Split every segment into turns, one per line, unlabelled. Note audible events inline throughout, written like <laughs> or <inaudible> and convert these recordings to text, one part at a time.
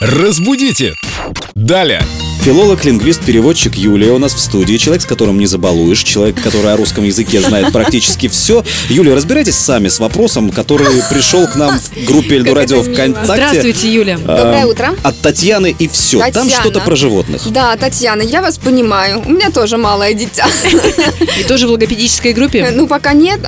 Разбудите! Далее!
Филолог, лингвист, переводчик Юлия у нас в студии. Человек, с которым не забалуешь, человек, который о русском языке знает практически все. Юлия, разбирайтесь сами с вопросом, который пришел к нам в группе Эльду Радио ВКонтакте А,
Здравствуйте, Юля.
Доброе утро.
от Татьяны и все. Там
Татьяна.
что-то про животных.
Да, Татьяна, я вас понимаю. У меня тоже малое дитя.
И тоже в логопедической группе.
<laughs> Ну, пока нет.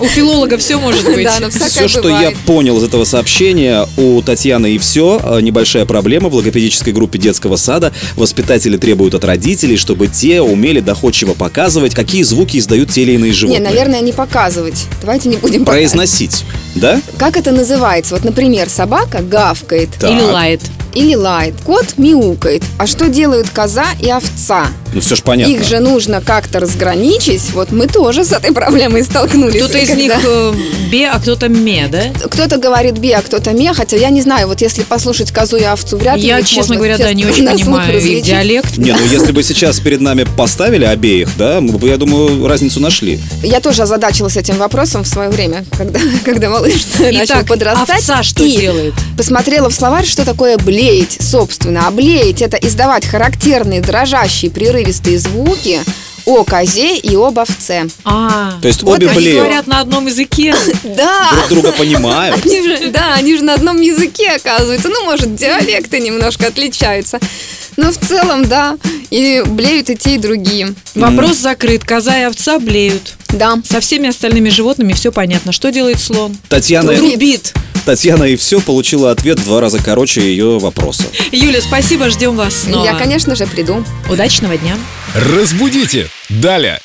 У филолога все может быть.
Да, но всякое
Все, что я
бывает.
понял из этого сообщения, у Татьяны и все. Небольшая проблема в логопедической группе детского сада. Воспитатели требуют от родителей, чтобы те умели доходчиво показывать, какие звуки издают те или иные
Не,
животные.
наверное, не показывать. Давайте не будем показывать.
Произносить, да?
Как это называется? Вот, например, собака гавкает
Так.
Или лает.
или лает, кот мяукает. А что делают коза и овца?
Ну все ж понятно.
Их же нужно как-то разграничить. Вот мы тоже с этой проблемой столкнулись.
Кто-то из
Когда
них э, бе, а кто-то ме, да?
Кто-то говорит бе, а кто-то ме, хотя я не знаю, вот если послушать козу и овцу, вряд ли
Я,
их
честно
можно
говоря, да, не
сейчас
очень
<laughs> на слух
понимаю их
различить.
диалект.
Не, ну если бы сейчас перед нами поставили обеих, да, мы бы, я думаю, разницу нашли.
Я тоже озадачилась этим вопросом в свое время, когда, <laughs> когда малыш начал
Итак,
подрастать.
овца что
И
делает?
Посмотрела в словарь, что такое блеять, собственно. А блеять – это издавать характерные, дрожащие, прерывистые звуки о козе и об овце.
А,
То есть
Вот
обе
они
они
блеют,
говорят на одном
<laughs>
языке.
Да!
друг друга
<laughs>
понимают.
Они же- да, они же на одном языке оказываются. Ну, может, диалекты немножко отличаются. Но в целом, да, и блеют и те, и другие.
Вопрос закрыт. Коза и овца блеют.
Да.
Со всеми остальными животными все понятно. Что делает слон?
Татьяна,
Трубит.
Татьяна и все получила ответ в два раза короче ее вопроса.
Юля,
Ну, а
спасибо, ждем вас снова.
Я, конечно же, приду.
Удачного дня.
Разбудите! Далее!